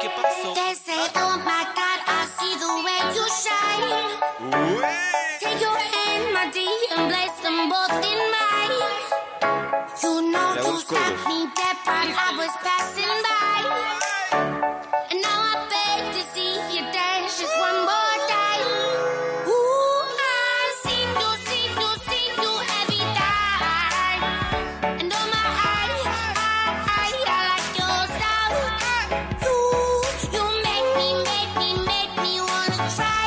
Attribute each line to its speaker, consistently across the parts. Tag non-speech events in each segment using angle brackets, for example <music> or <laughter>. Speaker 1: ¿Qué pasó?
Speaker 2: They say, oh my God, I see the way you shine. Take your hand, my dear, and place them both in mine. You know
Speaker 1: Le hago
Speaker 2: you
Speaker 1: los
Speaker 2: stopped
Speaker 1: codos.
Speaker 2: me dead when I was passing by. And now I beg to see you dance just one more time. Ooh, I seen you, seen you, seen you every time. And oh my, I, I, I like your style. You, you make me, make me, make me wanna try.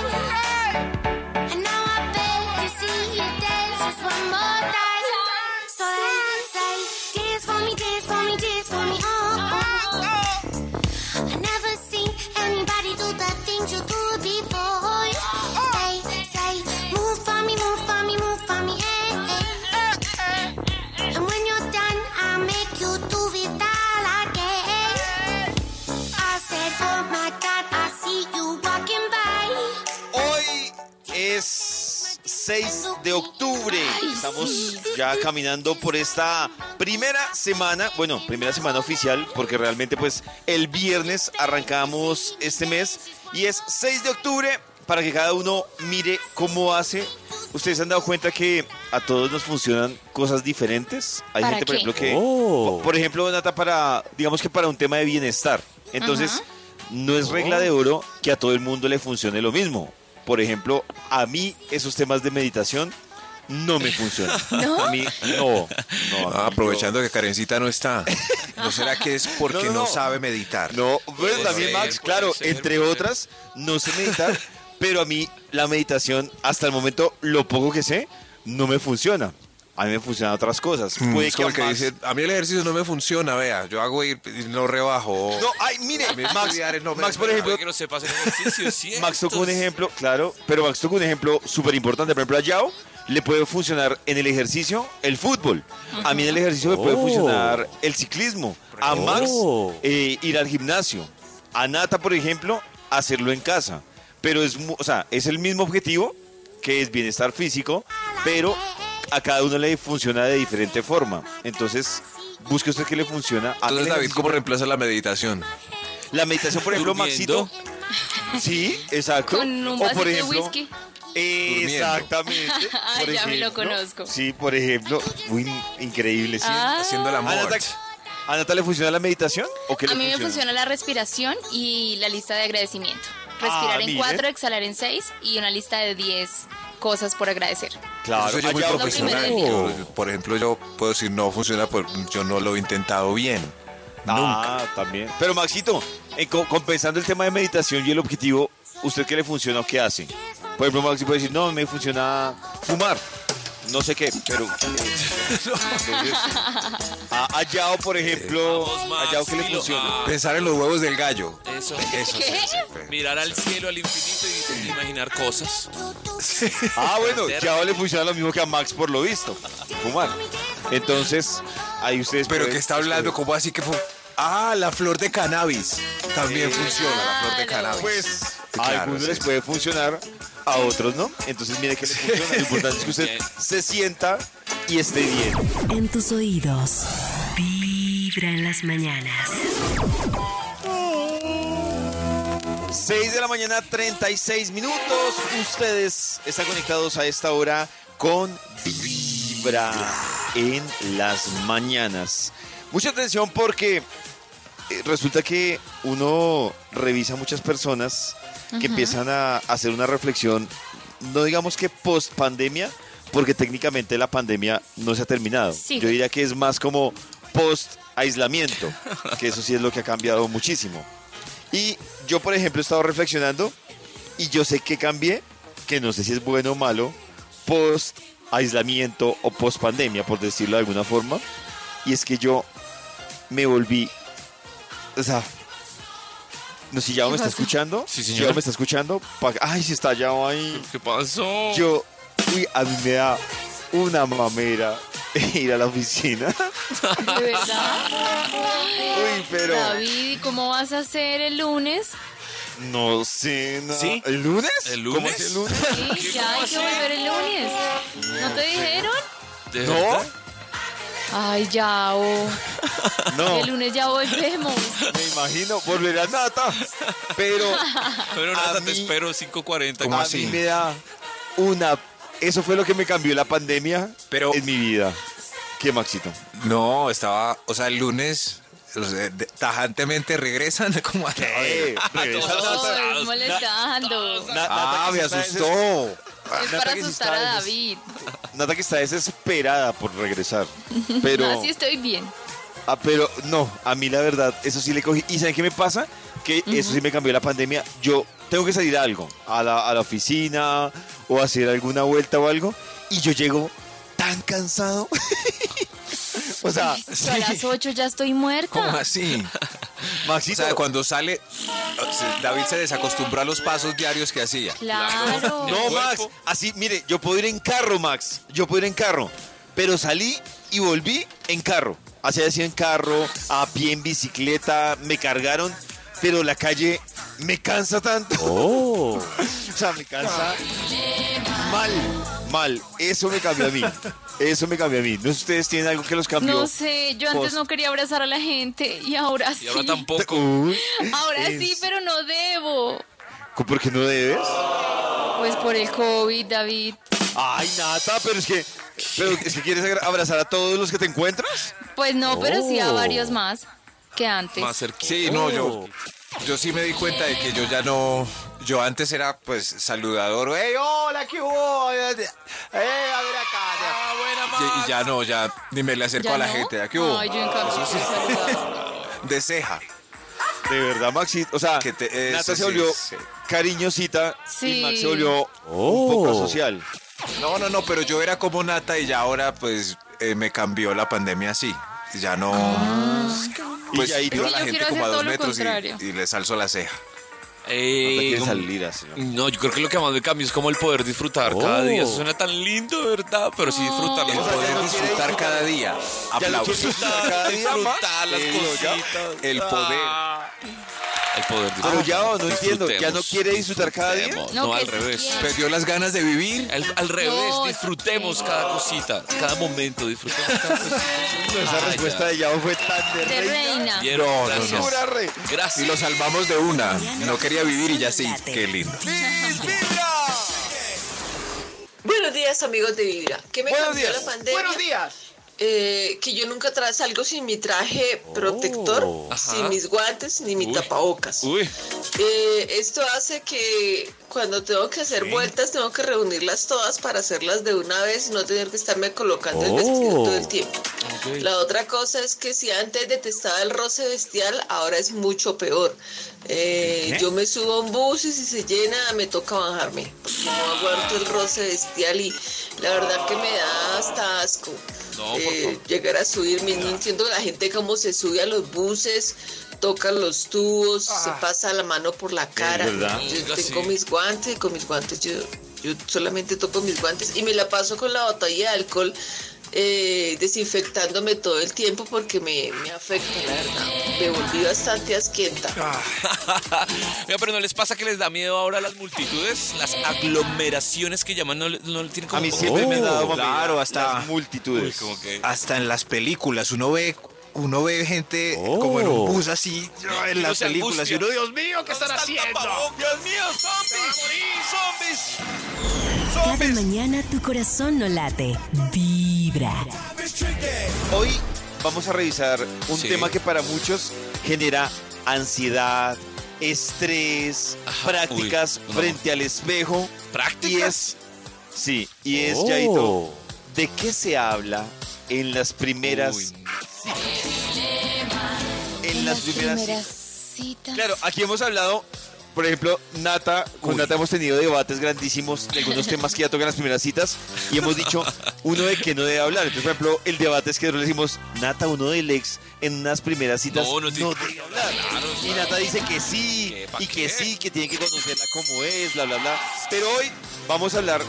Speaker 2: And now I beg to see you dance just one more time. So I say, dance for me, dance for me, dance for me, oh. oh. I never seen anybody do the things you do before. They say, move for me, move for me, move for me. eh, eh. And when you're done, I'll make you do it all again. I said, oh my God, I see you walking by.
Speaker 1: Hoy es 6 de octubre. Estamos ya caminando por esta primera semana, bueno, primera semana oficial, porque realmente pues el viernes arrancamos este mes y es 6 de octubre para que cada uno mire cómo hace. ¿Ustedes se han dado cuenta que a todos nos funcionan cosas diferentes? Hay
Speaker 3: ¿Para
Speaker 1: gente, por
Speaker 3: qué?
Speaker 1: ejemplo, que... Por- Por ejemplo, Nata, para, digamos que para un tema de bienestar. Entonces, no es regla
Speaker 4: Oh.
Speaker 1: de oro que a todo el mundo le funcione lo mismo. Por ejemplo, a mí esos temas de meditación no me funcionan.
Speaker 3: ¿No?
Speaker 1: A mí, no. no a
Speaker 4: Ah,
Speaker 1: mí
Speaker 4: aprovechando que Karencita no está. ¿No será que es porque
Speaker 1: <laughs> No,
Speaker 4: no,
Speaker 1: no, no.
Speaker 4: sabe meditar?
Speaker 1: No, pues
Speaker 4: Puede
Speaker 1: también
Speaker 4: ser,
Speaker 1: Max,
Speaker 4: puede
Speaker 1: claro,
Speaker 4: ser,
Speaker 1: entre
Speaker 4: puede ser.
Speaker 1: otras, no sé meditar, <laughs> pero a mí la meditación, hasta el momento, lo poco que sé, no me funciona. A mí me funcionan otras cosas.
Speaker 4: Mm,
Speaker 1: Puede
Speaker 4: es
Speaker 1: que a
Speaker 4: como el que
Speaker 1: Max-
Speaker 4: dice, a mí el ejercicio no me funciona, vea, yo hago y y no rebajo.
Speaker 1: No, ay, mire,
Speaker 4: Me
Speaker 1: Max,
Speaker 4: estudiar es no me-
Speaker 1: Max, por
Speaker 4: me-
Speaker 1: ejemplo,
Speaker 5: Puede que no sepas el ejercicio, ¿cierto?
Speaker 1: Max tocó un ejemplo, claro, pero Max tocó un ejemplo súper importante. Por ejemplo, a Yao le puede funcionar en el ejercicio el fútbol. A mí en el ejercicio me
Speaker 4: Oh.
Speaker 1: puede funcionar el ciclismo. A Max eh, ir al gimnasio. A Nata, por ejemplo, hacerlo en casa. Pero es, mu- o sea, es el mismo objetivo, que es bienestar físico, pero a cada uno le funciona de diferente forma. Entonces, busque usted qué le funciona. A mí
Speaker 4: Entonces,
Speaker 1: el
Speaker 4: David,
Speaker 1: ejercicio-
Speaker 4: ¿cómo reemplaza la meditación?
Speaker 1: la meditación, por ejemplo,
Speaker 5: Durmiendo.
Speaker 1: Maxito. Sí, exacto.
Speaker 3: Con un
Speaker 1: o
Speaker 3: vasito
Speaker 1: por
Speaker 3: de
Speaker 1: ejemplo,
Speaker 3: whisky. <laughs>
Speaker 1: Exactamente.
Speaker 3: Ah,
Speaker 1: Por
Speaker 3: ya me lo
Speaker 1: ejemplo,
Speaker 3: conozco.
Speaker 1: Sí, por ejemplo. Muy in- increíble, sí.
Speaker 3: Ah.
Speaker 4: Haciendo el
Speaker 1: ¿A
Speaker 4: amor.
Speaker 1: Nata, a Nata le funciona la meditación? ¿O qué
Speaker 3: A
Speaker 1: le
Speaker 3: mí me funciona la respiración y la lista de agradecimiento. Respirar
Speaker 1: Ah,
Speaker 3: en
Speaker 1: mire.
Speaker 3: cuatro, exhalar en seis y una lista de diez cosas por agradecer.
Speaker 1: Claro,
Speaker 4: Eso sería muy
Speaker 1: allá-
Speaker 3: lo primero
Speaker 4: profesional.
Speaker 3: de
Speaker 4: Yo, por ejemplo, yo puedo decir, no funciona, pues yo no lo he intentado bien.
Speaker 1: Ah, también. Pero Maxito, eh, co- compensando el tema de meditación y el objetivo, ¿usted qué le funciona o qué hace? Por ejemplo, Maxi puede decir, no, me funciona fumar. No sé qué, pero... eh, entonces, a, a Yao, por ejemplo,
Speaker 5: Vamos,
Speaker 1: a
Speaker 5: Max,
Speaker 1: Yao, ¿qué le
Speaker 5: dilo.
Speaker 1: funciona?
Speaker 5: Ah,
Speaker 4: Pensar en los huevos del gallo.
Speaker 5: eso.
Speaker 4: Eso
Speaker 3: ¿Qué?
Speaker 4: sí, sí.
Speaker 5: Mirar al cielo, al infinito y imaginar cosas.
Speaker 1: Ah, bueno, Yao le funciona lo mismo que a Max por lo visto, fumar. Entonces, ahí ustedes...
Speaker 4: Pero
Speaker 1: pueden
Speaker 4: que está hablando,
Speaker 1: escoger.
Speaker 4: ¿cómo así que fue? Ah, la flor de cannabis. También funciona la flor de
Speaker 3: Claro.
Speaker 4: cannabis.
Speaker 1: Pues, a
Speaker 4: Claro,
Speaker 1: algunos
Speaker 4: sí.
Speaker 1: les puede funcionar, a otros no. Entonces, mire que le funciona. Lo importante es que usted
Speaker 5: Bien.
Speaker 1: se sienta y esté bien.
Speaker 6: En tus oídos, Vibra en las mañanas.
Speaker 1: 6 de la mañana, 36 minutos. Ustedes están conectados a esta hora con Vibra en las mañanas. Mucha atención porque eh, resulta que uno revisa muchas personas que empiezan a hacer una reflexión, no digamos que post pandemia, porque técnicamente la pandemia no se ha terminado.
Speaker 3: Sí.
Speaker 1: Yo diría que es más como post aislamiento, que eso sí es lo que ha cambiado muchísimo. Y yo, por ejemplo, he estado reflexionando y yo sé que cambié, que no sé si es bueno o malo, post aislamiento o post pandemia, por decirlo de alguna forma. Y es que yo me volví, o sea, no sé si ya me está
Speaker 3: pasó?
Speaker 1: escuchando.
Speaker 5: Sí,
Speaker 1: si
Speaker 5: señor.
Speaker 1: ya me está escuchando. pa- Ay, si está ya ahí.
Speaker 5: ¿Qué pasó?
Speaker 1: Yo, uy, a mí me da <laughs> una mamera ir a la oficina.
Speaker 3: ¿De verdad?
Speaker 1: pero
Speaker 3: David, ¿y ¿cómo vas a hacer el lunes?
Speaker 1: no sé. na-
Speaker 4: ¿Sí?
Speaker 1: ¿El lunes?
Speaker 5: ¿El
Speaker 1: ¿Cómo
Speaker 5: lunes?
Speaker 1: es el lunes?
Speaker 3: Sí, ya hay que volver el lunes. ¿No te dijeron?
Speaker 5: ¿De
Speaker 1: No.
Speaker 5: verdad?
Speaker 3: Ay, ya, oh.
Speaker 1: No,
Speaker 3: el lunes ya volvemos.
Speaker 1: me imagino, volverá Nata. Pero
Speaker 5: Pero
Speaker 1: A
Speaker 5: nada,
Speaker 1: mí-
Speaker 5: te espero 5.40.
Speaker 4: ¿Cómo
Speaker 1: a
Speaker 5: Ah,
Speaker 4: así?
Speaker 1: mí me da una... Eso fue lo que me cambió la pandemia
Speaker 4: Pero-
Speaker 1: en mi vida. ¿Qué, Maxito?
Speaker 4: No, estaba, o sea, el lunes o sea, de- tajantemente regresan <laughs> como a la
Speaker 1: Eh, regresa
Speaker 5: todos.
Speaker 1: Nata.
Speaker 3: Ay, molestando.
Speaker 1: Na-
Speaker 4: Ah,
Speaker 1: Nata que
Speaker 4: me
Speaker 1: está
Speaker 4: asustó.
Speaker 1: deses-
Speaker 3: Es
Speaker 1: Nata
Speaker 3: para
Speaker 1: que sí
Speaker 3: asustar a
Speaker 1: está deses-
Speaker 3: David.
Speaker 1: Nata que está desesperada por regresar. Pero...
Speaker 3: Así estoy bien.
Speaker 1: Ah, pero no, a mí la verdad, eso sí le cogí. ¿Y saben qué me pasa? Que eso sí me cambió la pandemia. Yo tengo que salir a algo, a la, a la oficina o hacer alguna vuelta o algo. Y yo llego tan cansado. <laughs> o sea,
Speaker 3: Yo a las 8 ya estoy muerta.
Speaker 4: ¿Cómo así? O
Speaker 1: Maxito,
Speaker 4: sea, cuando sale, o sea, David se desacostumbró a los pasos diarios que hacía.
Speaker 3: Claro.
Speaker 1: no,
Speaker 5: el
Speaker 1: Max,
Speaker 5: cuerpo.
Speaker 1: así, mire, yo puedo ir en carro, Max. Yo puedo ir en carro. Pero salí y volví en carro. Así ha sido en carro, a pie, en bicicleta, me cargaron. Pero la calle me cansa tanto.
Speaker 3: Oh.
Speaker 1: <laughs> O sea, me cansa mal, mal. Eso me cambió a mí. Eso me cambió a mí. No sé si ustedes tienen algo que los cambió.
Speaker 3: No sé, yo antes
Speaker 1: Post-
Speaker 3: no quería abrazar a la gente y ahora sí.
Speaker 5: Y ahora tampoco.
Speaker 1: Uy,
Speaker 3: <laughs> Ahora
Speaker 1: es-
Speaker 3: sí, pero no debo.
Speaker 1: ¿Por qué no debes?
Speaker 3: Pues por el COVID, David.
Speaker 1: Ay, Nata, pero es que, pero es que quieres agra- abrazar a todos los que te encuentras.
Speaker 3: Pues no, pero sí a
Speaker 4: Oh.
Speaker 3: varios más que antes.
Speaker 5: Más cerquita.
Speaker 4: Sí, no,
Speaker 3: Oh.
Speaker 4: yo, yo sí me di cuenta de que yo ya no, yo antes era pues saludador, ¡Ey, hola, qué hubo! ¡Ey, a ver acá!
Speaker 5: Ah, buena,
Speaker 4: ya". Y,
Speaker 5: Max.
Speaker 4: y ya no, ya ni me le acerco
Speaker 3: ¿Ya
Speaker 4: a la
Speaker 3: no?
Speaker 4: gente, ¿ya qué hubo?
Speaker 3: Ay, yo en cambio
Speaker 4: Eso
Speaker 3: sí
Speaker 4: sí, <laughs>
Speaker 3: saludaba.
Speaker 4: de ceja.
Speaker 1: De verdad, Maxi. O sea,
Speaker 4: Que
Speaker 5: eh,
Speaker 4: te- eso
Speaker 1: Nata
Speaker 4: sí,
Speaker 1: se volvió
Speaker 4: sí.
Speaker 1: cariñosita y
Speaker 3: Sí.
Speaker 1: Max se volvió
Speaker 5: Oh.
Speaker 1: un poco social.
Speaker 4: No, no, no, pero yo era como nata y ya ahora pues eh, me cambió la pandemia así. Ya no. Pues
Speaker 1: Ah. Y ya ahí
Speaker 4: pido a
Speaker 3: Sí,
Speaker 4: la
Speaker 3: yo
Speaker 4: gente
Speaker 3: quiero
Speaker 4: como a
Speaker 3: hacer
Speaker 4: dos
Speaker 3: todo lo
Speaker 4: metros
Speaker 3: contrario.
Speaker 4: y, y les alzo la ceja.
Speaker 1: No te
Speaker 5: Eh,
Speaker 1: quieres
Speaker 5: como-
Speaker 1: salir así. ¿no?
Speaker 5: No, yo creo que lo que más me cambia es como el poder disfrutar cada día.
Speaker 1: Oh.
Speaker 5: Eso suena tan lindo, ¿verdad? Pero sí disfrutar las
Speaker 1: Ah, O sea, ya
Speaker 5: cosas.
Speaker 1: no
Speaker 4: Poder
Speaker 1: quiere
Speaker 4: disfrutar cada día.
Speaker 1: Ya lo quiero
Speaker 4: Aplausos.
Speaker 1: disfrutar cada día más.
Speaker 5: Disfrutar las
Speaker 1: Te digo, ya. Ah.
Speaker 5: cositas. Ah.
Speaker 4: El poder.
Speaker 5: El poder disfrutar.
Speaker 1: Pero ya, no entiendo, ¿ya no quiere disfrutar cada día?
Speaker 5: Ah, disfrutemos.
Speaker 3: No,
Speaker 5: No,
Speaker 3: que
Speaker 5: al
Speaker 3: sí
Speaker 5: revés.
Speaker 3: quiere.
Speaker 4: Perdió las ganas de vivir.
Speaker 5: Al, al revés,
Speaker 3: No,
Speaker 5: disfrutemos
Speaker 3: sí.
Speaker 5: cada cosita, cada momento, disfrutemos
Speaker 4: <laughs>
Speaker 5: cada cosita.
Speaker 1: Esa respuesta de Yao fue tan de
Speaker 3: De reina.
Speaker 5: Bien,
Speaker 4: No, no,
Speaker 5: gracias.
Speaker 4: no.
Speaker 1: Pura re-
Speaker 4: Y
Speaker 5: Gracias.
Speaker 4: lo salvamos de una. No quería vivir y ya sí. Qué lindo.
Speaker 7: Buenos días, amigos de Vibra. ¿Qué me
Speaker 1: Buenos
Speaker 7: cambió
Speaker 1: días.
Speaker 7: la pandemia? Buenos días. que yo nunca tra- salgo sin mi traje protector,
Speaker 5: Ajá.
Speaker 7: sin mis guantes ni mi
Speaker 5: Uy.
Speaker 7: tapabocas.
Speaker 5: Uy,
Speaker 7: Eh, esto hace que cuando tengo que hacer vueltas tengo que reunirlas todas para hacerlas de una vez y no tener que estarme colocando el vestido todo el tiempo. La otra cosa es que si antes detestaba el roce bestial, ahora es mucho peor. Eh, yo me subo a un bus y si se llena me toca bajarme, porque no aguanto el roce bestial y la verdad que me da hasta asco.
Speaker 5: No, por
Speaker 7: Eh,
Speaker 5: favor.
Speaker 7: llegar a subirme, no entiendo la gente cómo se sube a los buses, toca los tubos, se pasa la mano por la cara.
Speaker 1: verdad.
Speaker 7: Yo
Speaker 5: Oiga,
Speaker 7: tengo
Speaker 5: sí.
Speaker 7: mis guantes, con mis guantes yo, yo solamente toco mis guantes y me la paso con la botella de alcohol eh, desinfectándome todo el tiempo porque me, me afecta, la verdad. Me volví bastante asquienta.
Speaker 5: <laughs> Oiga, pero ¿no les pasa que les da miedo ahora las multitudes? Las aglomeraciones que llaman, no, le- no le tienen como...
Speaker 1: A mí siempre me ha dado mamera
Speaker 4: claro, hasta-
Speaker 1: las
Speaker 5: Oh, Uy,
Speaker 1: multitudes.
Speaker 5: como que...
Speaker 4: Hasta en las películas uno ve, uno ve gente como en
Speaker 1: Oh.
Speaker 4: un bus así, en
Speaker 5: Uno
Speaker 4: las
Speaker 5: se
Speaker 4: películas. Y
Speaker 5: angustia.
Speaker 4: uno, Dios mío, ¿qué están
Speaker 5: ¿Dónde está el
Speaker 4: haciendo?
Speaker 5: tapabocas? ¡Dios mío, zombies!
Speaker 6: Cada mañana tu corazón no late, vibra.
Speaker 1: Hoy vamos a revisar un
Speaker 5: Sí.
Speaker 1: tema que para muchos genera ansiedad, estrés,
Speaker 5: Ajá,
Speaker 1: prácticas
Speaker 5: uy, no.
Speaker 1: frente al espejo. Y es,
Speaker 5: ¿Prácticas?
Speaker 1: sí, y es, Yaito, ¿de qué se habla en las primeras
Speaker 5: Uy,
Speaker 1: en las primeras citas.
Speaker 3: citas.
Speaker 1: Claro, aquí hemos hablado, por ejemplo, Nata, con
Speaker 5: Uy.
Speaker 1: Nata hemos tenido debates grandísimos de algunos temas que ya tocan las primeras citas y hemos dicho uno de que no debe hablar. Entonces, por ejemplo, el debate es que nosotros le decimos, Nata, uno del ex en unas primeras citas
Speaker 5: No,
Speaker 1: no,
Speaker 5: no tiene que
Speaker 1: debe hablar.
Speaker 5: Claro,
Speaker 1: y
Speaker 5: claro.
Speaker 1: Nata dice que sí,
Speaker 5: ¿Qué? ¿Pa
Speaker 1: y que
Speaker 5: qué?
Speaker 1: sí, que tiene que conocerla como es, bla, bla, bla. Pero hoy vamos a hablar,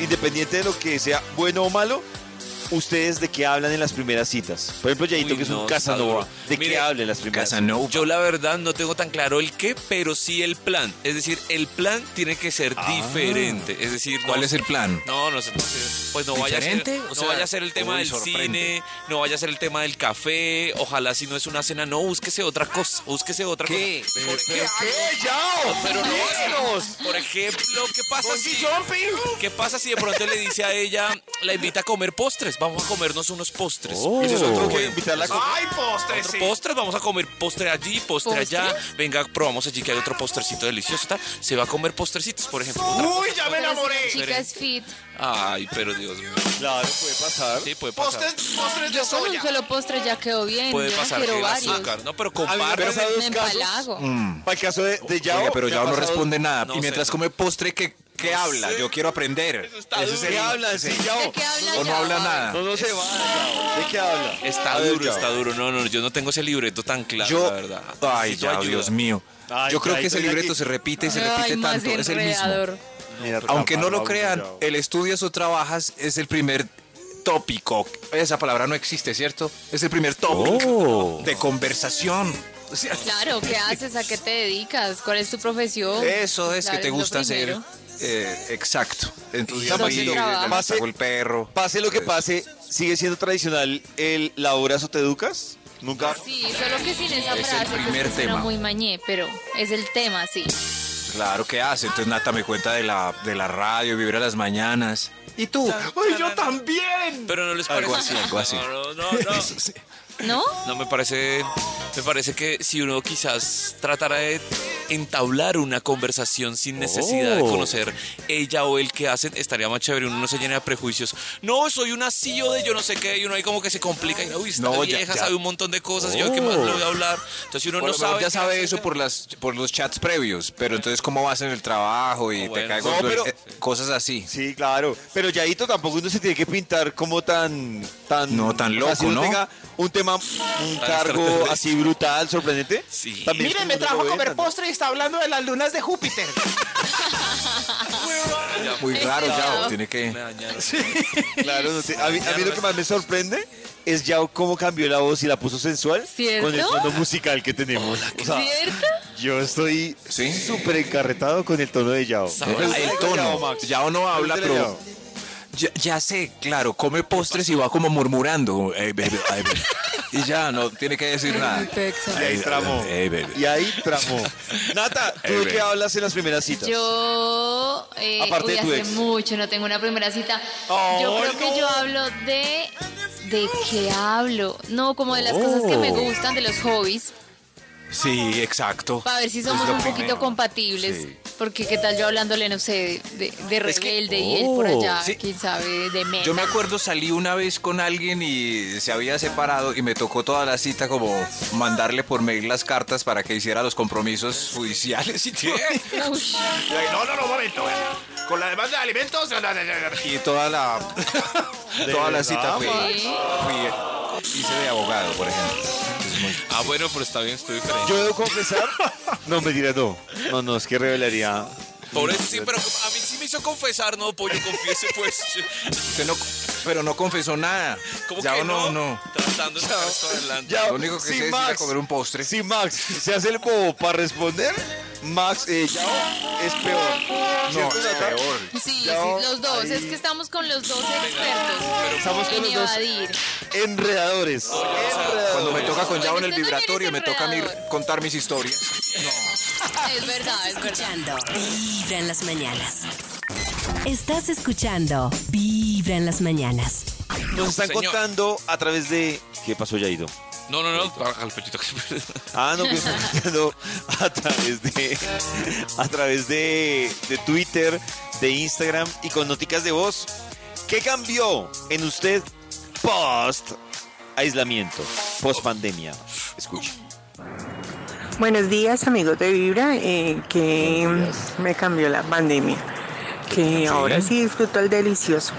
Speaker 1: independiente de lo que sea bueno o malo, ¿Ustedes de qué hablan en las primeras citas? Por ejemplo, Yayito,
Speaker 5: Uy,
Speaker 1: que es
Speaker 5: no,
Speaker 1: un
Speaker 5: está
Speaker 1: Casanova.
Speaker 5: duro.
Speaker 1: ¿De
Speaker 5: Mire,
Speaker 1: qué hablan en las primeras citas?
Speaker 4: Casanova.
Speaker 5: Yo la verdad no tengo tan claro el qué, pero sí el plan. Es decir, el plan tiene que ser diferente. Es decir, no-
Speaker 4: Ah. ¿Cuál es el plan?
Speaker 5: No, no sé, no sé. Pues no vaya, a ser,
Speaker 4: ¿Diferente? O
Speaker 5: no
Speaker 4: sea,
Speaker 5: vaya a ser el tema
Speaker 4: uy,
Speaker 5: del
Speaker 4: sorprende.
Speaker 5: cine, no vaya a ser el tema del café, ojalá si no es una cena, no, búsquese otra cosa, búsquese otra
Speaker 4: ¿Qué?
Speaker 5: cosa.
Speaker 4: ¿Pero
Speaker 5: ¿Qué? Pero no, por ejemplo, ¿qué pasa si ¿Qué pasa si de pronto le dice a ella, la invita a comer postres? Vamos a comernos unos postres.
Speaker 1: Eso es otro
Speaker 5: Por
Speaker 1: que
Speaker 5: ejemplo,
Speaker 1: invitarla a comer.
Speaker 4: ¡Ay, postre!
Speaker 5: otro postre, vamos a comer postre allí, postre allá. Venga, probamos allí que hay otro postrecito delicioso. tal. Se va a comer postrecitos, por ejemplo. otra cosa.
Speaker 4: ya
Speaker 3: Pero si la chica es fit.
Speaker 5: Ay, pero Dios mío.
Speaker 1: Claro, puede pasar.
Speaker 5: Sí, puede pasar.
Speaker 4: postres
Speaker 3: Yo con un solo postre ya quedó bien.
Speaker 5: Puede
Speaker 3: yo no
Speaker 5: pasar
Speaker 3: quiero
Speaker 5: que
Speaker 3: varios.
Speaker 5: azúcar, ¿no? Pero
Speaker 1: A mí me ha
Speaker 5: comparte.
Speaker 1: pasado
Speaker 3: Me
Speaker 1: dos casos.
Speaker 3: empalago.
Speaker 1: Para el caso de, de Yao.
Speaker 4: Mm. Oiga, pero
Speaker 1: me
Speaker 4: ya
Speaker 1: ha
Speaker 4: no
Speaker 1: pasado-
Speaker 4: responde nada.
Speaker 5: No
Speaker 4: y
Speaker 5: sé,
Speaker 4: mientras
Speaker 5: no.
Speaker 4: come postre, ¿qué, qué habla?
Speaker 5: sé.
Speaker 4: Yo quiero aprender.
Speaker 5: Eso está
Speaker 4: Ese
Speaker 5: duro.
Speaker 1: ¿De qué
Speaker 4: sería-
Speaker 1: hablan? Sí,
Speaker 3: ¿De
Speaker 1: Yao.
Speaker 3: qué habla
Speaker 4: O no
Speaker 3: ya?
Speaker 4: habla nada.
Speaker 1: No, no se va, Yao. ¿De qué habla?
Speaker 5: Está
Speaker 1: A ver,
Speaker 5: duro,
Speaker 1: Yao.
Speaker 5: está duro. No, no, yo no tengo ese libreto tan claro, la verdad.
Speaker 4: yo, ay,
Speaker 5: Necesito
Speaker 4: ya,
Speaker 5: ayuda.
Speaker 4: Dios mío.
Speaker 1: Ay,
Speaker 4: yo creo que
Speaker 1: Chaito,
Speaker 4: ese
Speaker 1: ven
Speaker 4: libreto
Speaker 1: aquí.
Speaker 4: se repite y se
Speaker 3: Ay,
Speaker 4: repite
Speaker 3: más
Speaker 4: tanto. Es el mismo.
Speaker 3: enredador.
Speaker 1: Mira,
Speaker 4: Aunque no lo
Speaker 1: taparrabos,
Speaker 4: crean,
Speaker 1: Yao.
Speaker 4: el estudias o trabajas es el primer tópico. Esa palabra no existe, ¿cierto? Es el primer tópico de conversación. O sea,
Speaker 3: Claro, ¿qué haces? ¿A qué te dedicas? ¿Cuál es tu profesión?
Speaker 4: Eso es
Speaker 3: Claro,
Speaker 4: que te
Speaker 3: lo
Speaker 4: gusta hacer.
Speaker 3: primero.
Speaker 4: eh, exacto. En tu día
Speaker 1: Está
Speaker 4: libre,
Speaker 1: pasando-
Speaker 4: en el
Speaker 1: pase-
Speaker 4: atajo el perro.
Speaker 1: Pase lo que
Speaker 4: Eso.
Speaker 1: pase, sigue siendo tradicional el la abrazo te educas. Nunca.
Speaker 3: Sí, solo que sin esa
Speaker 4: Es el
Speaker 3: frase. pues,
Speaker 4: primer
Speaker 3: que suena
Speaker 4: tema.
Speaker 3: muy mañé, pero es el tema, sí.
Speaker 4: Claro que hace. Entonces Nata me cuenta de la, de la radio, vibra las mañanas. Y tú, ¡ay, yo también!
Speaker 5: Pero no les parece.
Speaker 4: Algo así, algo así.
Speaker 5: No, no, no.
Speaker 4: Eso sí.
Speaker 3: ¿No?
Speaker 5: No, me parece, me parece que si uno quizás tratara de entablar una conversación sin necesidad
Speaker 4: Oh.
Speaker 5: de conocer ella o el que hacen, estaría más chévere. Uno no se llena de prejuicios. No, soy una CEO de yo no sé qué. Y uno ahí como que se complica. Y, uy, esta
Speaker 4: No, ya,
Speaker 5: vieja
Speaker 4: ya.
Speaker 5: sabe un montón de cosas. Y yo, ¿qué más le voy a hablar? Entonces, si uno
Speaker 4: Por
Speaker 5: no
Speaker 4: lo menos
Speaker 5: sabe...
Speaker 4: ya
Speaker 5: qué
Speaker 4: sabe
Speaker 5: hacer,
Speaker 4: eso
Speaker 5: ya-
Speaker 4: por las por los chats previos, pero entonces cómo vas en el trabajo y
Speaker 5: Ah,
Speaker 4: te
Speaker 5: bueno.
Speaker 4: cae
Speaker 1: Oh, No,
Speaker 4: con-
Speaker 1: pero-
Speaker 4: eh, cosas así.
Speaker 1: Sí, claro. Pero Yaito tampoco uno se tiene que pintar como tan. tan
Speaker 4: No, tan
Speaker 1: o sea, si
Speaker 4: loco,
Speaker 1: uno
Speaker 4: ¿no?
Speaker 1: tenga un tema, un
Speaker 5: Tan
Speaker 1: cargo
Speaker 5: extraterrestre.
Speaker 1: así brutal, sorprendente.
Speaker 5: Sí.
Speaker 1: Miren, me trajo a comer postre.
Speaker 4: Muy
Speaker 3: Ese
Speaker 4: raro, ya,
Speaker 3: lado.
Speaker 4: tiene que...
Speaker 5: Me dañaron.
Speaker 1: Claro, no sé. a, mí, a mí lo que más me sorprende es Yao cómo cambió la voz y la puso sensual
Speaker 3: ¿Cierto?
Speaker 1: con el tono musical que tenemos. O sea,
Speaker 3: ¿Cierto?
Speaker 1: yo estoy
Speaker 4: Sí.
Speaker 1: súper encarretado con el tono de Yao.
Speaker 4: Ah, El tono, ya o no habla, pero... Ya, ya sé, claro, come postres y va como murmurando. como, "Hey, baby, ay, baby". Y ya, no tiene que decir nada.
Speaker 3: Perfecto.
Speaker 1: Y ahí tramó.
Speaker 4: Ey, baby.
Speaker 1: Y ahí tramó. Nata, ¿tú
Speaker 4: Ey,
Speaker 1: de
Speaker 4: baby.
Speaker 1: qué hablas en las primeras citas?
Speaker 3: Yo, eh,
Speaker 1: Aparte
Speaker 3: uy,
Speaker 1: de tu
Speaker 3: hace
Speaker 1: ex.
Speaker 3: mucho no tengo una primera cita. yo
Speaker 1: Oh,
Speaker 3: creo
Speaker 1: no.
Speaker 3: que yo hablo de... ¿De qué hablo? No, como de las cosas que me
Speaker 4: Oh.
Speaker 3: gustan, de los hobbies,
Speaker 4: Sí, exacto.
Speaker 3: para ver si somos
Speaker 4: lo
Speaker 3: un poquito
Speaker 4: primero.
Speaker 3: compatibles.
Speaker 4: Sí.
Speaker 3: Porque qué tal yo hablándole, no sé, de, de rebelde y él
Speaker 4: Oh.
Speaker 3: por allá,
Speaker 4: Sí.
Speaker 3: quién sabe, de meta.
Speaker 4: Yo me acuerdo, salí una vez con alguien y se había separado y me tocó toda la cita como mandarle por mail las cartas para que hiciera los compromisos judiciales y todo.
Speaker 3: Ush,
Speaker 4: No, no, no, momento. Con la demanda de alimentos. Y toda la, toda la
Speaker 1: verdad?
Speaker 4: cita fui,
Speaker 3: Sí.
Speaker 4: fui- hice de abogado, por ejemplo. Es muy-
Speaker 5: Ah, bueno, pero está bien, estoy diferente.
Speaker 1: Yo debo <laughs> confesar. No, mentira, no. No, no, es que revelaría.
Speaker 5: Por eso sí, pero a mí sí me hizo confesar, no, pollo, confiese, pues.
Speaker 4: <laughs> Usted no- pero no confesó nada.
Speaker 5: ¿Cómo
Speaker 4: ya
Speaker 5: que
Speaker 4: o no,
Speaker 5: no?
Speaker 4: no.
Speaker 5: Tratando de sacar esto adelante.
Speaker 1: Ya,
Speaker 4: Lo único que
Speaker 1: si
Speaker 4: sé es ir a comer un postre.
Speaker 1: Si Max se hace el bobo para responder, Max, eh, Yao es peor.
Speaker 4: No,
Speaker 1: ¿Cierto,
Speaker 4: es
Speaker 1: Nata?
Speaker 4: peor.
Speaker 3: Sí,
Speaker 1: Yo
Speaker 3: sí, los dos, es que estamos con los dos expertos
Speaker 1: Estamos con
Speaker 3: en
Speaker 1: los dos
Speaker 3: evadir.
Speaker 1: enredadores.
Speaker 4: Cuando me toca con
Speaker 3: Oye,
Speaker 4: Yao en
Speaker 3: usted también
Speaker 4: el
Speaker 3: es
Speaker 4: vibratorio, me toca a mí
Speaker 3: enredador.
Speaker 4: contar mis historias.
Speaker 3: Es verdad, es verdad.
Speaker 6: Escuchando Vibra en las mañanas. Estás escuchando Vibra en las mañanas.
Speaker 1: Nos están
Speaker 5: Señor.
Speaker 1: contando a través de. ¿Qué pasó, Yaito?
Speaker 5: No, no, no, al pechito que
Speaker 1: Ah, no, que <laughs> están contando a través de. A través de, de Twitter, de Instagram y con noticas de voz. ¿Qué cambió en usted post aislamiento, post pandemia? Escuche.
Speaker 8: Buenos días amigos de Vibra, eh, que mm, me cambió la pandemia, que ahora sí disfruto el delicioso,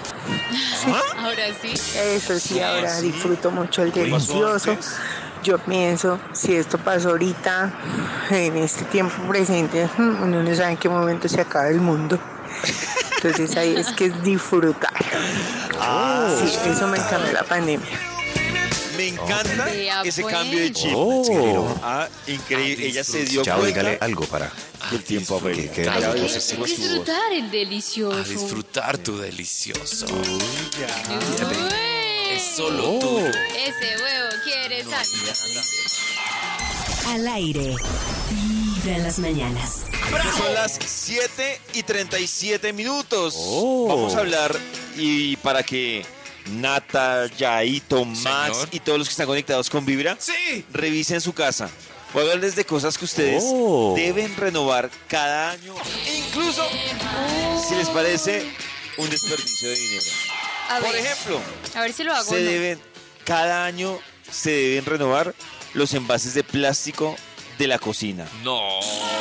Speaker 3: Ahora sí.
Speaker 8: eso sí, ahora
Speaker 1: sí.
Speaker 8: disfruto mucho el
Speaker 1: pasó
Speaker 8: delicioso.
Speaker 1: antes?
Speaker 8: Yo pienso, si esto pasó ahorita, en este tiempo presente, mm, uno no sabe en qué momento se acaba el mundo. Entonces ahí es que es disfrutar. Sí, eso me cambió la pandemia.
Speaker 1: Me encanta
Speaker 3: Vea,
Speaker 1: ese
Speaker 3: pues.
Speaker 1: cambio de chip.
Speaker 9: Oh.
Speaker 1: Ah, increíble.
Speaker 5: Ah,
Speaker 1: Ella se dio
Speaker 9: Chao,
Speaker 1: cuenta
Speaker 9: dígale algo para
Speaker 4: Ah,
Speaker 1: del tiempo a
Speaker 9: que queden
Speaker 3: Hay
Speaker 9: las
Speaker 3: que
Speaker 9: voces sexuales.
Speaker 3: disfrutar el
Speaker 5: A
Speaker 3: delicioso.
Speaker 5: disfrutar tu delicioso.
Speaker 3: Ué,
Speaker 5: Es solo tuyo.
Speaker 3: Ese huevo quiere sal.
Speaker 6: Al aire. Vibra en las mañanas.
Speaker 1: Que Son las 7 y 37 minutos. Vamos a hablar y para que Nata, Yaito, Max
Speaker 5: Señor.
Speaker 1: y todos los que están conectados con Vibra
Speaker 5: Sí.
Speaker 1: revisen su casa. Voy a hablarles de cosas que ustedes
Speaker 9: Oh.
Speaker 1: deben renovar cada año, incluso si les parece un desperdicio de dinero.
Speaker 3: A
Speaker 1: Por
Speaker 3: ver,
Speaker 1: ejemplo,
Speaker 3: a ver si lo hago.
Speaker 1: se
Speaker 3: ¿no?
Speaker 1: deben, cada año se deben renovar los envases de plástico de la cocina.
Speaker 5: No.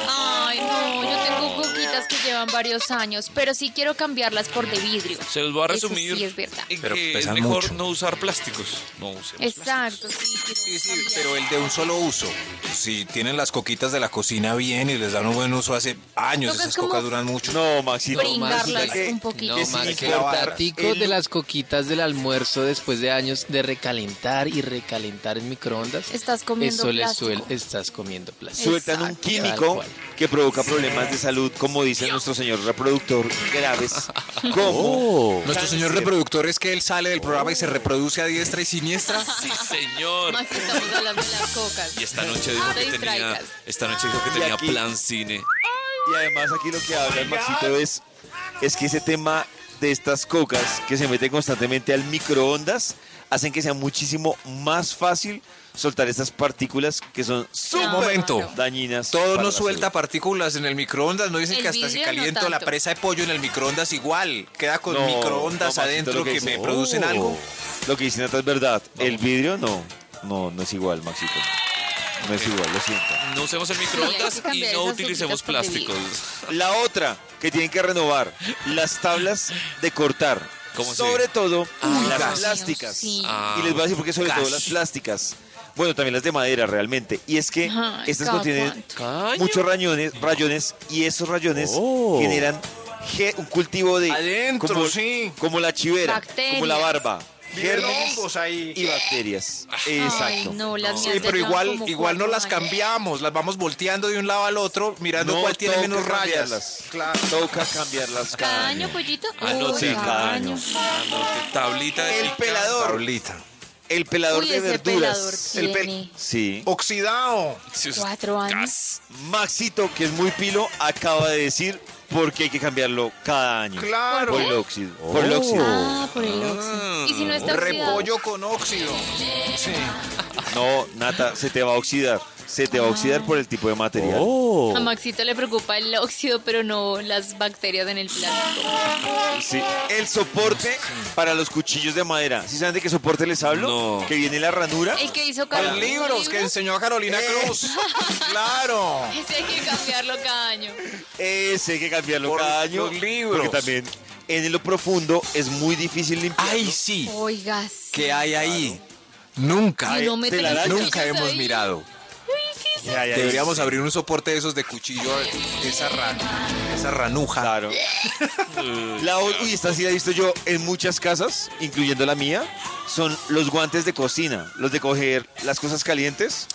Speaker 3: Ay, no, yo tengo coquitas que llevan varios años, pero sí quiero cambiarlas por de vidrio.
Speaker 5: Se los voy a
Speaker 3: Eso
Speaker 5: resumir.
Speaker 3: sí es verdad.
Speaker 5: en
Speaker 9: Pero
Speaker 5: que es
Speaker 9: pesan
Speaker 5: mejor
Speaker 9: mucho.
Speaker 5: no usar plásticos. No usemos
Speaker 3: Exacto, sí. quiero
Speaker 4: Sí, sí,
Speaker 3: cambiar.
Speaker 4: pero el de un solo uso. Si tienen las coquitas de la cocina bien y les dan un buen uso hace años,
Speaker 3: Toca es
Speaker 4: esas
Speaker 3: como
Speaker 4: cocas duran mucho.
Speaker 1: No, Maxito.
Speaker 3: Brindarlas
Speaker 1: resulta que-
Speaker 3: un poquito.
Speaker 1: que
Speaker 10: No,
Speaker 1: sin
Speaker 10: Max, el
Speaker 1: importar
Speaker 10: platico
Speaker 1: el-
Speaker 10: de las coquitas del almuerzo después de años de recalentar y recalentar en microondas.
Speaker 3: Estás comiendo
Speaker 10: Eso le
Speaker 3: plástico.
Speaker 10: suel- estás comiendo plástico.
Speaker 1: sueltan un
Speaker 3: Exacto.
Speaker 10: Tal
Speaker 1: químico
Speaker 10: cual.
Speaker 1: que provoca problemas de salud, como dice nuestro señor reproductor, graves. Como
Speaker 4: Oh. Nuestro señor
Speaker 1: cáncer.
Speaker 4: reproductor es que él sale del programa y se reproduce a diestra
Speaker 3: <laughs>
Speaker 4: y siniestra.
Speaker 5: plástico. Sí, señor.
Speaker 3: Max, estamos hablando de las cocas.
Speaker 5: <laughs> Y esta noche dijo
Speaker 3: No Ah, te
Speaker 5: que tenía,
Speaker 3: distraigas.
Speaker 5: esta noche dijo
Speaker 4: Ah,
Speaker 5: que
Speaker 1: Y
Speaker 5: tenía
Speaker 1: aquí-
Speaker 5: plan cine.
Speaker 1: Y además aquí lo que habla el Maxito es, es que ese tema de estas cocas que se meten constantemente al microondas hacen que sea muchísimo más fácil soltar estas partículas que son
Speaker 3: Un
Speaker 1: súper
Speaker 3: momento.
Speaker 1: dañinas.
Speaker 4: Todo
Speaker 1: para
Speaker 4: no
Speaker 1: la
Speaker 4: suelta
Speaker 1: salud.
Speaker 4: partículas en el microondas. No dicen
Speaker 3: El
Speaker 4: que hasta si
Speaker 3: vidrio no
Speaker 4: caliento la
Speaker 3: tanto.
Speaker 4: presa de pollo en el microondas igual. Queda con
Speaker 1: No,
Speaker 4: microondas
Speaker 1: no, Maxito, lo
Speaker 4: adentro
Speaker 1: que
Speaker 4: que,
Speaker 1: dice.
Speaker 4: me producen
Speaker 1: Oh.
Speaker 4: algo.
Speaker 1: Lo que dice Nata es verdad. El vidrio no, no, no es igual, Maxito. No es igual, lo siento.
Speaker 5: No usemos el microondas
Speaker 3: Sí, hay que
Speaker 5: y
Speaker 3: cambiar
Speaker 5: no
Speaker 3: esas
Speaker 5: utilicemos
Speaker 3: coquitas por
Speaker 5: plásticos.
Speaker 1: La otra que tienen que renovar, las tablas de cortar.
Speaker 5: ¿Cómo se
Speaker 1: sobre
Speaker 5: ve?
Speaker 1: todo las
Speaker 3: Dios mío,
Speaker 1: plásticas.
Speaker 3: sí.
Speaker 5: Ah,
Speaker 1: y les voy a decir por qué sobre todo
Speaker 5: gosh.
Speaker 1: las plásticas. Bueno, también las de madera realmente. Y es que
Speaker 3: Ay,
Speaker 1: estas
Speaker 3: cada
Speaker 1: contienen
Speaker 3: cuánto.
Speaker 5: Caño.
Speaker 1: muchos rayones, rayones y esos rayones
Speaker 9: Oh.
Speaker 1: generan ge- un cultivo de
Speaker 4: Adentro,
Speaker 1: como,
Speaker 4: sí.
Speaker 1: como la chivera, como la
Speaker 3: Bacterias.
Speaker 1: barba, gérmenes
Speaker 4: hongos ahí.
Speaker 1: y bacterias. Exacto.
Speaker 3: Ay, no, las
Speaker 4: Sí,
Speaker 3: mías
Speaker 4: pero
Speaker 3: dejaban
Speaker 4: igual,
Speaker 3: como
Speaker 4: igual no
Speaker 3: cuatro
Speaker 4: las
Speaker 3: años.
Speaker 4: cambiamos, las vamos volteando de un lado al otro, mirando
Speaker 1: No
Speaker 4: cuál tiene
Speaker 1: toca
Speaker 4: menos rayas.
Speaker 1: cambiarlas. Toca cambiarlas cada,
Speaker 3: ¿Cada
Speaker 1: año.
Speaker 3: año, pollito?
Speaker 5: Ah, no,
Speaker 3: Uy,
Speaker 5: sí,
Speaker 1: cada año.
Speaker 5: Anote, Tablita de
Speaker 1: El
Speaker 5: picar.
Speaker 1: pelador.
Speaker 4: Pablita.
Speaker 1: El pelador
Speaker 3: Uy,
Speaker 1: de
Speaker 3: ese
Speaker 1: verduras.
Speaker 3: pelador
Speaker 1: pe-
Speaker 3: tiene.
Speaker 1: sí.
Speaker 4: Oxidado.
Speaker 5: Sí, sí.
Speaker 3: Cuatro años.
Speaker 5: Gas.
Speaker 1: Maxito, que es muy pilo, acaba de decir por qué hay que cambiarlo cada año.
Speaker 4: Claro.
Speaker 1: Por el óxido. Por
Speaker 9: Oh.
Speaker 1: el óxido.
Speaker 3: Ah, por el
Speaker 5: Mm,
Speaker 3: óxido. Y si no está oxidado.
Speaker 4: Repollo con óxido. Sí.
Speaker 1: No, Nata, se te va a oxidar. Se te va a
Speaker 3: Ah.
Speaker 1: oxidar por el tipo de material.
Speaker 9: Oh.
Speaker 3: A Maxito le preocupa el óxido, pero no las bacterias en el plástico.
Speaker 1: Sí. El soporte para los cuchillos de madera. ¿Sí saben de qué soporte les hablo?
Speaker 5: No.
Speaker 1: Que viene la ranura.
Speaker 3: El que hizo Carlos.
Speaker 4: Con libros que enseñó a Carolina
Speaker 3: Eh. <laughs>
Speaker 4: Cruz. Claro.
Speaker 3: Ese hay que cambiarlo cada año.
Speaker 1: Ese hay que cambiarlo
Speaker 4: Por
Speaker 1: cada año.
Speaker 4: los libros.
Speaker 1: Porque también en lo profundo es muy difícil limpiar.
Speaker 4: Ay, sí.
Speaker 3: Oigas.
Speaker 4: ¿Qué hay ahí? Nunca, eh,
Speaker 3: Y no meten
Speaker 1: telarañas.
Speaker 3: los
Speaker 4: nunca
Speaker 3: cuchillos
Speaker 4: hemos
Speaker 3: ahí.
Speaker 4: mirado.
Speaker 1: Ay, ay,
Speaker 4: Deberíamos abrir un soporte de esos de cuchillo, esa, ran- esa ranuja.
Speaker 1: Claro. La o- uy, esta sí la he visto yo en muchas casas, incluyendo la mía, son los guantes de cocina, los de coger las cosas calientes,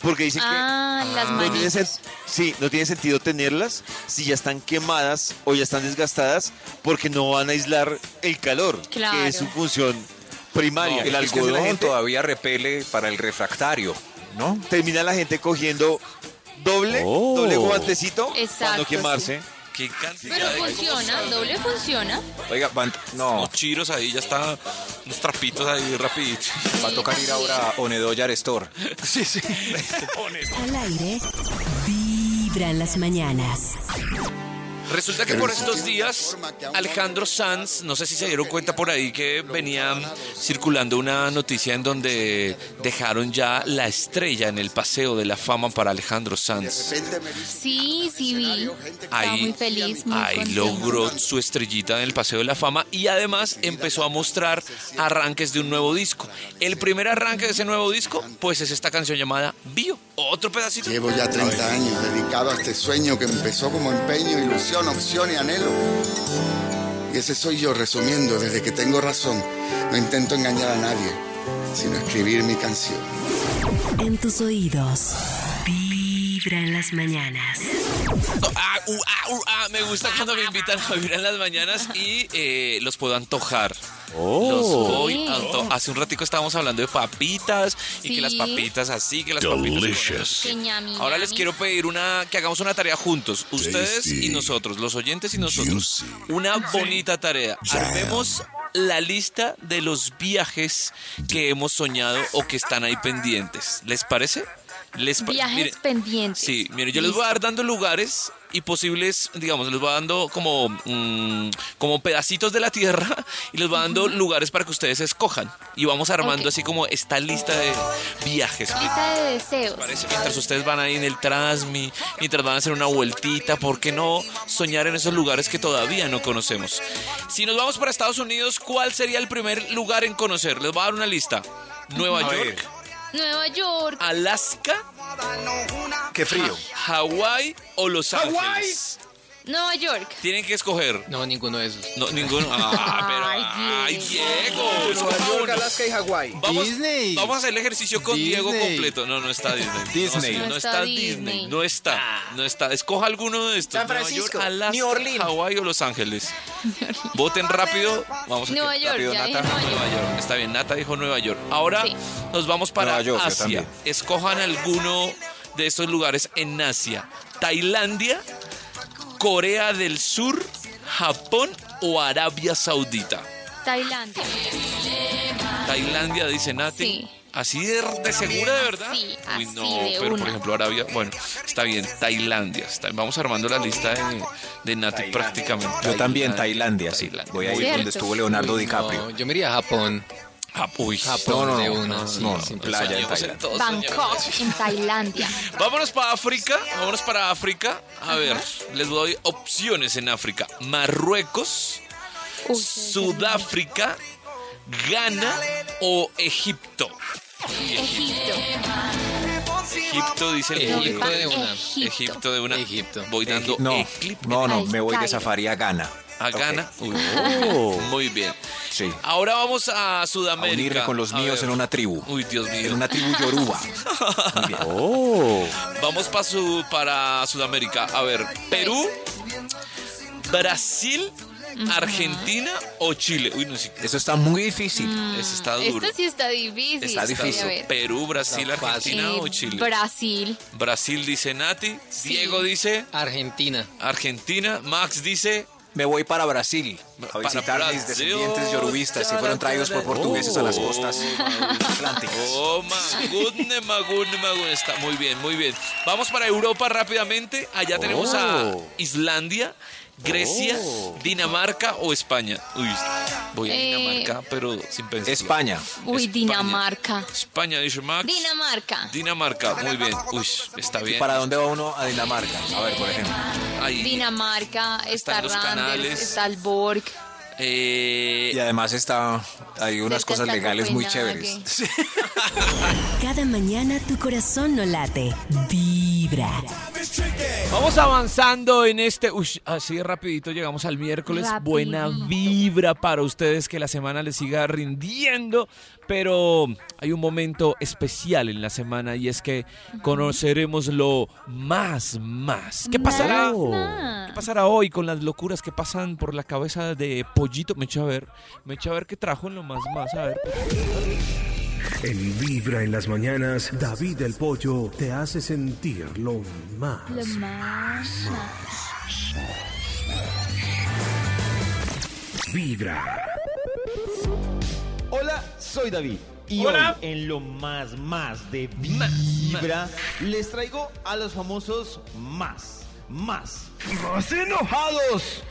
Speaker 1: porque dicen
Speaker 3: Ah, las
Speaker 1: que no tiene,
Speaker 3: manitas.
Speaker 1: sen- sí, no tiene sentido tenerlas si ya están quemadas o ya están desgastadas, porque no van a aislar el calor,
Speaker 3: Claro.
Speaker 1: que es su función primaria.
Speaker 4: El
Speaker 1: Es que la
Speaker 4: algodón
Speaker 1: gente-
Speaker 4: todavía repele para el refractario, ¿no?
Speaker 1: termina la gente cogiendo doble,
Speaker 9: Oh.
Speaker 1: doble guantecito para
Speaker 3: Exacto,
Speaker 1: no
Speaker 3: sí.
Speaker 1: quemarse.
Speaker 5: Qué cantidad
Speaker 3: Pero
Speaker 5: de
Speaker 3: funciona, doble funciona.
Speaker 4: Oiga, van- no,
Speaker 5: Unos chiros ahí, ya está. Unos trapitos ahí rapidito.
Speaker 4: va a tocar ir ahora a Onedoyar Store.
Speaker 5: Sí, sí. <laughs>
Speaker 6: Al aire. Vibra en las mañanas.
Speaker 5: Resulta que por estos días Alejandro Sanz, no sé si se dieron cuenta por ahí que venía circulando una noticia en donde dejaron ya la estrella en el paseo de la fama para Alejandro Sanz.
Speaker 3: Sí, sí vi. Estaba
Speaker 5: Ahí-
Speaker 3: muy feliz, muy
Speaker 5: Ahí
Speaker 3: contenta.
Speaker 5: logró su estrellita en el Paseo de la Fama y además empezó a mostrar arranques de un nuevo disco. El primer arranque de ese nuevo disco, pues es esta canción llamada Bio. Otro pedacito.
Speaker 10: Llevo ya 30 años dedicado a este sueño que empezó como empeño, ilusión, opción y anhelo.
Speaker 9: Y ese soy yo resumiendo desde que tengo razón. No intento engañar a nadie, sino escribir mi canción.
Speaker 6: En tus oídos. Vibra en las mañanas.
Speaker 5: Ah, uh, ah, uh, ah, Me gusta cuando me invitan
Speaker 3: ah.
Speaker 5: a vivir en las mañanas y eh, los puedo antojar. Los voy a anto- Hace un ratico estábamos hablando de papitas y
Speaker 3: Sí.
Speaker 5: que las papitas así, que las papitas. con eso.
Speaker 3: Que ñami,
Speaker 5: Ahora
Speaker 3: ñami.
Speaker 5: les quiero pedir una que hagamos una tarea juntos, ustedes y nosotros, los oyentes y nosotros. Una bonita tarea. Armemos la lista de los viajes que hemos soñado o que están ahí pendientes. ¿Les parece? Les pa-
Speaker 3: Viajes
Speaker 5: miren,
Speaker 3: pendientes.
Speaker 5: Sí, mire, yo les voy a dar dando lugares y posibles, digamos, les voy dando como, mm, como pedacitos de la tierra y les voy dando lugares para que ustedes escojan. Y vamos armando
Speaker 3: Ok.
Speaker 5: así como esta lista de viajes.
Speaker 3: Lista de deseos.
Speaker 5: Parece, mientras ustedes van ahí en el Transmi, mientras van a hacer una vueltita, ¿por qué no soñar en esos lugares que todavía no conocemos? Si nos vamos para Estados Unidos, ¿cuál sería el primer lugar en conocer? Les voy a dar una lista. Nueva
Speaker 4: A ver.
Speaker 5: York,
Speaker 3: Nueva York.
Speaker 5: Alaska,
Speaker 4: Qué frío.
Speaker 5: Hawái o Los Ángeles.
Speaker 3: Nueva York.
Speaker 5: Tienen que escoger.
Speaker 10: No, ninguno de esos.
Speaker 5: No, ninguno. <laughs> Ah, pero. ¡Ay, Diego! vámonos.
Speaker 4: y Hawái.
Speaker 5: Vamos,
Speaker 10: Disney.
Speaker 5: vamos a hacer el ejercicio con
Speaker 10: Disney.
Speaker 5: Diego completo. No, no está Disney.
Speaker 4: Disney. Ah.
Speaker 5: No,
Speaker 3: No
Speaker 5: no
Speaker 3: está
Speaker 5: está
Speaker 3: Disney.
Speaker 5: Disney. No está. No está. Escoja alguno de estos.
Speaker 4: San
Speaker 5: Nueva
Speaker 4: Francisco,
Speaker 5: York, Alaska,
Speaker 4: New Orleans.
Speaker 5: Hawái o
Speaker 3: <laughs>
Speaker 5: Los Ángeles. Voten rápido. Vamos a
Speaker 3: Nueva York,
Speaker 4: rápido,
Speaker 3: ya dije
Speaker 4: Nata.
Speaker 3: Nueva
Speaker 5: Nueva
Speaker 3: York.
Speaker 5: York. Está bien, Nata dijo Nueva York. Ahora
Speaker 3: Sí.
Speaker 5: nos vamos para
Speaker 4: Nueva York, yo
Speaker 5: Asia.
Speaker 4: también.
Speaker 5: Escojan alguno de estos lugares en Asia. Tailandia, Corea del Sur, Japón o Arabia Saudita.
Speaker 3: Tailandia.
Speaker 5: Tailandia, dice Nati.
Speaker 3: Sí.
Speaker 5: ¿Así de, de segura, de verdad?
Speaker 3: Sí,
Speaker 5: Uy,
Speaker 3: así
Speaker 5: no,
Speaker 3: de
Speaker 5: pero por
Speaker 3: una.
Speaker 5: ejemplo Arabia, bueno, está bien, Tailandia. está- vamos armando la lista de, de Nati prácticamente.
Speaker 4: Yo también, Tailandia, sí. Voy a ir
Speaker 3: Cierto.
Speaker 4: donde estuvo Leonardo
Speaker 10: Uy,
Speaker 4: DiCaprio.
Speaker 10: no, yo me iría a Japón.
Speaker 5: Jap- Ah, uy,
Speaker 10: Japón
Speaker 4: no,
Speaker 10: de
Speaker 4: no,
Speaker 10: una.
Speaker 4: no,
Speaker 10: sí,
Speaker 4: no,
Speaker 10: sí,
Speaker 4: no,
Speaker 10: sí.
Speaker 4: playa en
Speaker 5: soñamos
Speaker 4: Tailandia.
Speaker 5: todos,
Speaker 3: Bangkok
Speaker 5: soñamos.
Speaker 3: en Tailandia.
Speaker 5: Vámonos para África, vámonos para África. A ver, les doy opciones en África. Marruecos,
Speaker 3: Uy,
Speaker 5: Sudáfrica, Ghana o Egipto.
Speaker 3: Egipto.
Speaker 5: Egipto dice el
Speaker 10: Egipto
Speaker 3: Voy
Speaker 5: público.
Speaker 3: pa'
Speaker 10: de una.
Speaker 3: Egipto.
Speaker 5: Egipto de una.
Speaker 10: Egipto.
Speaker 5: Voy dando
Speaker 4: Eh, No,
Speaker 5: clip
Speaker 4: no, no,
Speaker 3: Ay,
Speaker 4: me voy de
Speaker 3: Cairo.
Speaker 4: safari a Ghana.
Speaker 5: a
Speaker 4: Ok. Oh.
Speaker 5: Ghana. Uy, Muy bien.
Speaker 4: Sí.
Speaker 5: Ahora vamos a
Speaker 4: A
Speaker 5: Sudamérica.
Speaker 4: unirme con los
Speaker 5: A
Speaker 4: míos
Speaker 5: ver.
Speaker 4: en una tribu.
Speaker 5: Uy, Dios mío.
Speaker 4: En una tribu yoruba. Muy bien.
Speaker 5: Vamos pa su- para Sudamérica. A ver, Perú, Brasil, Argentina o Chile. Uy, no sé.
Speaker 4: Eso está muy difícil.
Speaker 5: Ese está duro.
Speaker 3: Esto sí está difícil.
Speaker 5: Está
Speaker 3: A
Speaker 5: difícil.
Speaker 3: ver.
Speaker 5: Perú, Brasil,
Speaker 10: Está fácil.
Speaker 5: Argentina
Speaker 3: Eh,
Speaker 5: o Chile.
Speaker 3: Brasil.
Speaker 5: Brasil dice Nati.
Speaker 3: Sí.
Speaker 5: Diego dice
Speaker 10: Argentina.
Speaker 5: Argentina. Max dice
Speaker 4: Me voy para Brasil a
Speaker 5: Para
Speaker 4: visitar a mis
Speaker 5: Brasil.
Speaker 4: descendientes yorubistas que fueron traídos por portugueses a las costas atlánticas.
Speaker 5: Oh, Magunde, Magunde, Magunde. Está muy bien, muy bien. Vamos para Europa rápidamente. Allá tenemos a
Speaker 4: Oh.
Speaker 5: Islandia, Grecia, Dinamarca o España. Uy, voy a
Speaker 3: Eh,
Speaker 5: Dinamarca, pero sin pensar.
Speaker 4: España.
Speaker 3: Uy,
Speaker 5: España.
Speaker 3: Dinamarca.
Speaker 5: España, dice Max.
Speaker 3: Dinamarca.
Speaker 5: Dinamarca, muy bien. Uy, está
Speaker 4: ¿Y
Speaker 5: bien.
Speaker 4: para dónde va uno a Dinamarca? A ver, por ejemplo.
Speaker 5: Ahí.
Speaker 3: Dinamarca, está
Speaker 5: Están los canales.
Speaker 3: Randers, está el Borg.
Speaker 5: Eh,
Speaker 4: Y además está, hay unas
Speaker 3: Cerca
Speaker 4: cosas
Speaker 3: está
Speaker 4: legales muy
Speaker 3: Copenhague.
Speaker 4: chéveres.
Speaker 6: Cada mañana tu corazón no late. Vibra.
Speaker 5: Vamos avanzando en este... Ush, así de rapidito llegamos al miércoles.
Speaker 3: Rapidito.
Speaker 5: Buena vibra para ustedes, que la semana les siga rindiendo. Pero hay un momento especial en la semana y es que conoceremos lo más, más. ¿Qué pasará?
Speaker 3: más.
Speaker 5: ¿Qué pasará hoy con las locuras que pasan por la cabeza de Pollito? Me echa a ver, me echa a ver qué trajo en lo más, más. A ver.
Speaker 11: En Vibra en las mañanas, David el Pollo te hace sentir lo más. Vibra.
Speaker 12: Hola, soy David. Y hoy en lo más más de Vibra les traigo a los famosos más, más, más enojados.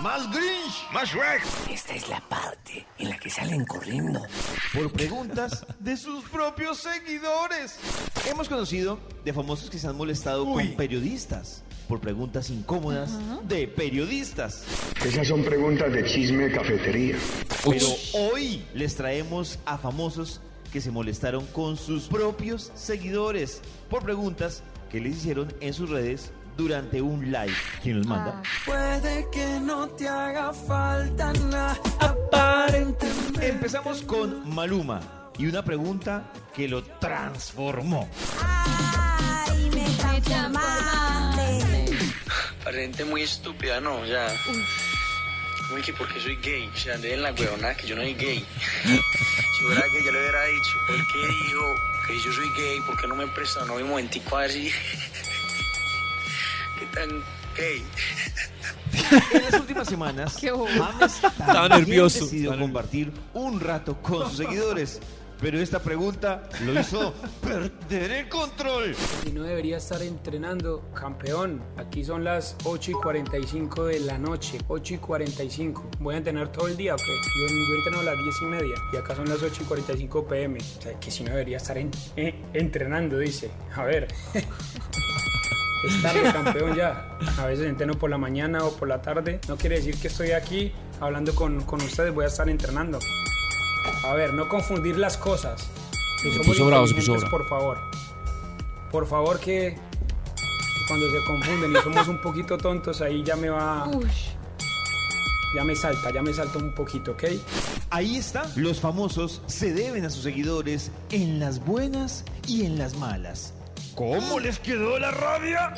Speaker 12: Más Grinch, más Rex.
Speaker 6: Esta es la parte en la que salen corriendo.
Speaker 12: por preguntas de sus propios seguidores. Hemos conocido de famosos que se han molestado con periodistas por preguntas incómodas de periodistas.
Speaker 11: Esas son preguntas de chisme cafetería.
Speaker 12: Pero hoy les traemos a famosos que se molestaron con sus propios seguidores por preguntas que les hicieron en sus redes
Speaker 1: durante un live. ¿Quién los manda?
Speaker 8: Puede que no te haga falta nada.
Speaker 1: Empezamos con Maluma y una pregunta que lo transformó.
Speaker 13: Para gente muy estúpida, no, ya. Como que porque soy gay, o sea, andé en la huevonada que yo no soy gay. si fuera gay, ya le hubiera dicho, ¿por qué dijo que yo soy gay? ¿Por qué no me presta no un momentico así? <laughs> ¿Qué tan gay?
Speaker 1: En las últimas semanas, James
Speaker 5: Estaba
Speaker 1: también
Speaker 5: nervioso.
Speaker 1: decidió compartir un rato con sus seguidores. Pero esta pregunta lo <laughs> hizo perder el control.
Speaker 14: Y no debería estar entrenando, campeón. Aquí son las 8 y 45 de la noche. 8 y 45. Voy a entrenar todo el día, ¿ok? Yo, yo entreno a las 10 y media. Y acá son las 8 y 45 pm. O sea, que si no debería estar en- eh, entrenando, dice. A ver. <laughs> Es tarde, campeón, ya. A veces entreno por la mañana o por la tarde. No quiere decir que estoy aquí hablando con, con ustedes. Voy a estar entrenando. A ver, no confundir las cosas. Que
Speaker 5: Se
Speaker 14: somos
Speaker 5: puso bravo, se puso
Speaker 14: inteligentes, Por favor. Por favor, que cuando se confunden y somos un poquito tontos, ahí ya me va. Ya me salta, ya me salta un poquito, ¿ok?
Speaker 1: Ahí está. Los famosos se deben a sus seguidores en las buenas y en las malas. ¿Cómo les quedó la rabia?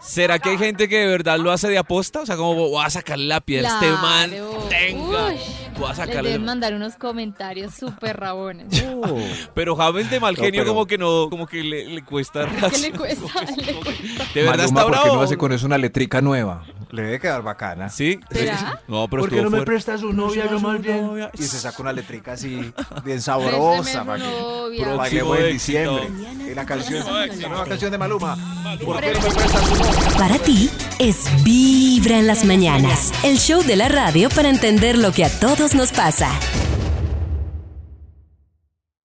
Speaker 5: ¿Será que hay gente que de verdad lo hace de aposta? O sea, como voy a sacar la piedra a este man.
Speaker 3: Claro.
Speaker 5: Tenga.
Speaker 3: Uy.
Speaker 5: Voy a
Speaker 3: Les
Speaker 5: sacarle.
Speaker 3: deben mandar unos comentarios súper
Speaker 5: <laughs>
Speaker 3: rabones. Uh,
Speaker 5: Pero James de mal
Speaker 4: No,
Speaker 5: genio
Speaker 4: pero-
Speaker 5: como que no, como que le, le cuesta.
Speaker 3: ¿Qué le cuesta? Le cuesta.
Speaker 5: <laughs> De verdad
Speaker 4: Maluma,
Speaker 5: está
Speaker 4: ¿por qué
Speaker 5: bravo.
Speaker 4: no hace con eso una letrica nueva? Le debe quedar bacana.
Speaker 5: Sí.
Speaker 3: ¿Será?
Speaker 5: No, pero
Speaker 4: pero ¿Por qué
Speaker 5: estuvo
Speaker 4: no me
Speaker 5: fuerte.
Speaker 4: presta su novia yo más bien? Y se saca una letrica así bien sabrosa,
Speaker 3: Préstame
Speaker 4: para
Speaker 3: su
Speaker 4: que,
Speaker 3: novia.
Speaker 4: para que
Speaker 5: Próximo
Speaker 4: fue en
Speaker 5: éxito.
Speaker 4: diciembre. Y la canción, la nueva canción de Maluma. ¿Por qué no me
Speaker 6: Para ti es Vibra en las mañanas, el show de la radio para entender lo que a todos nos pasa.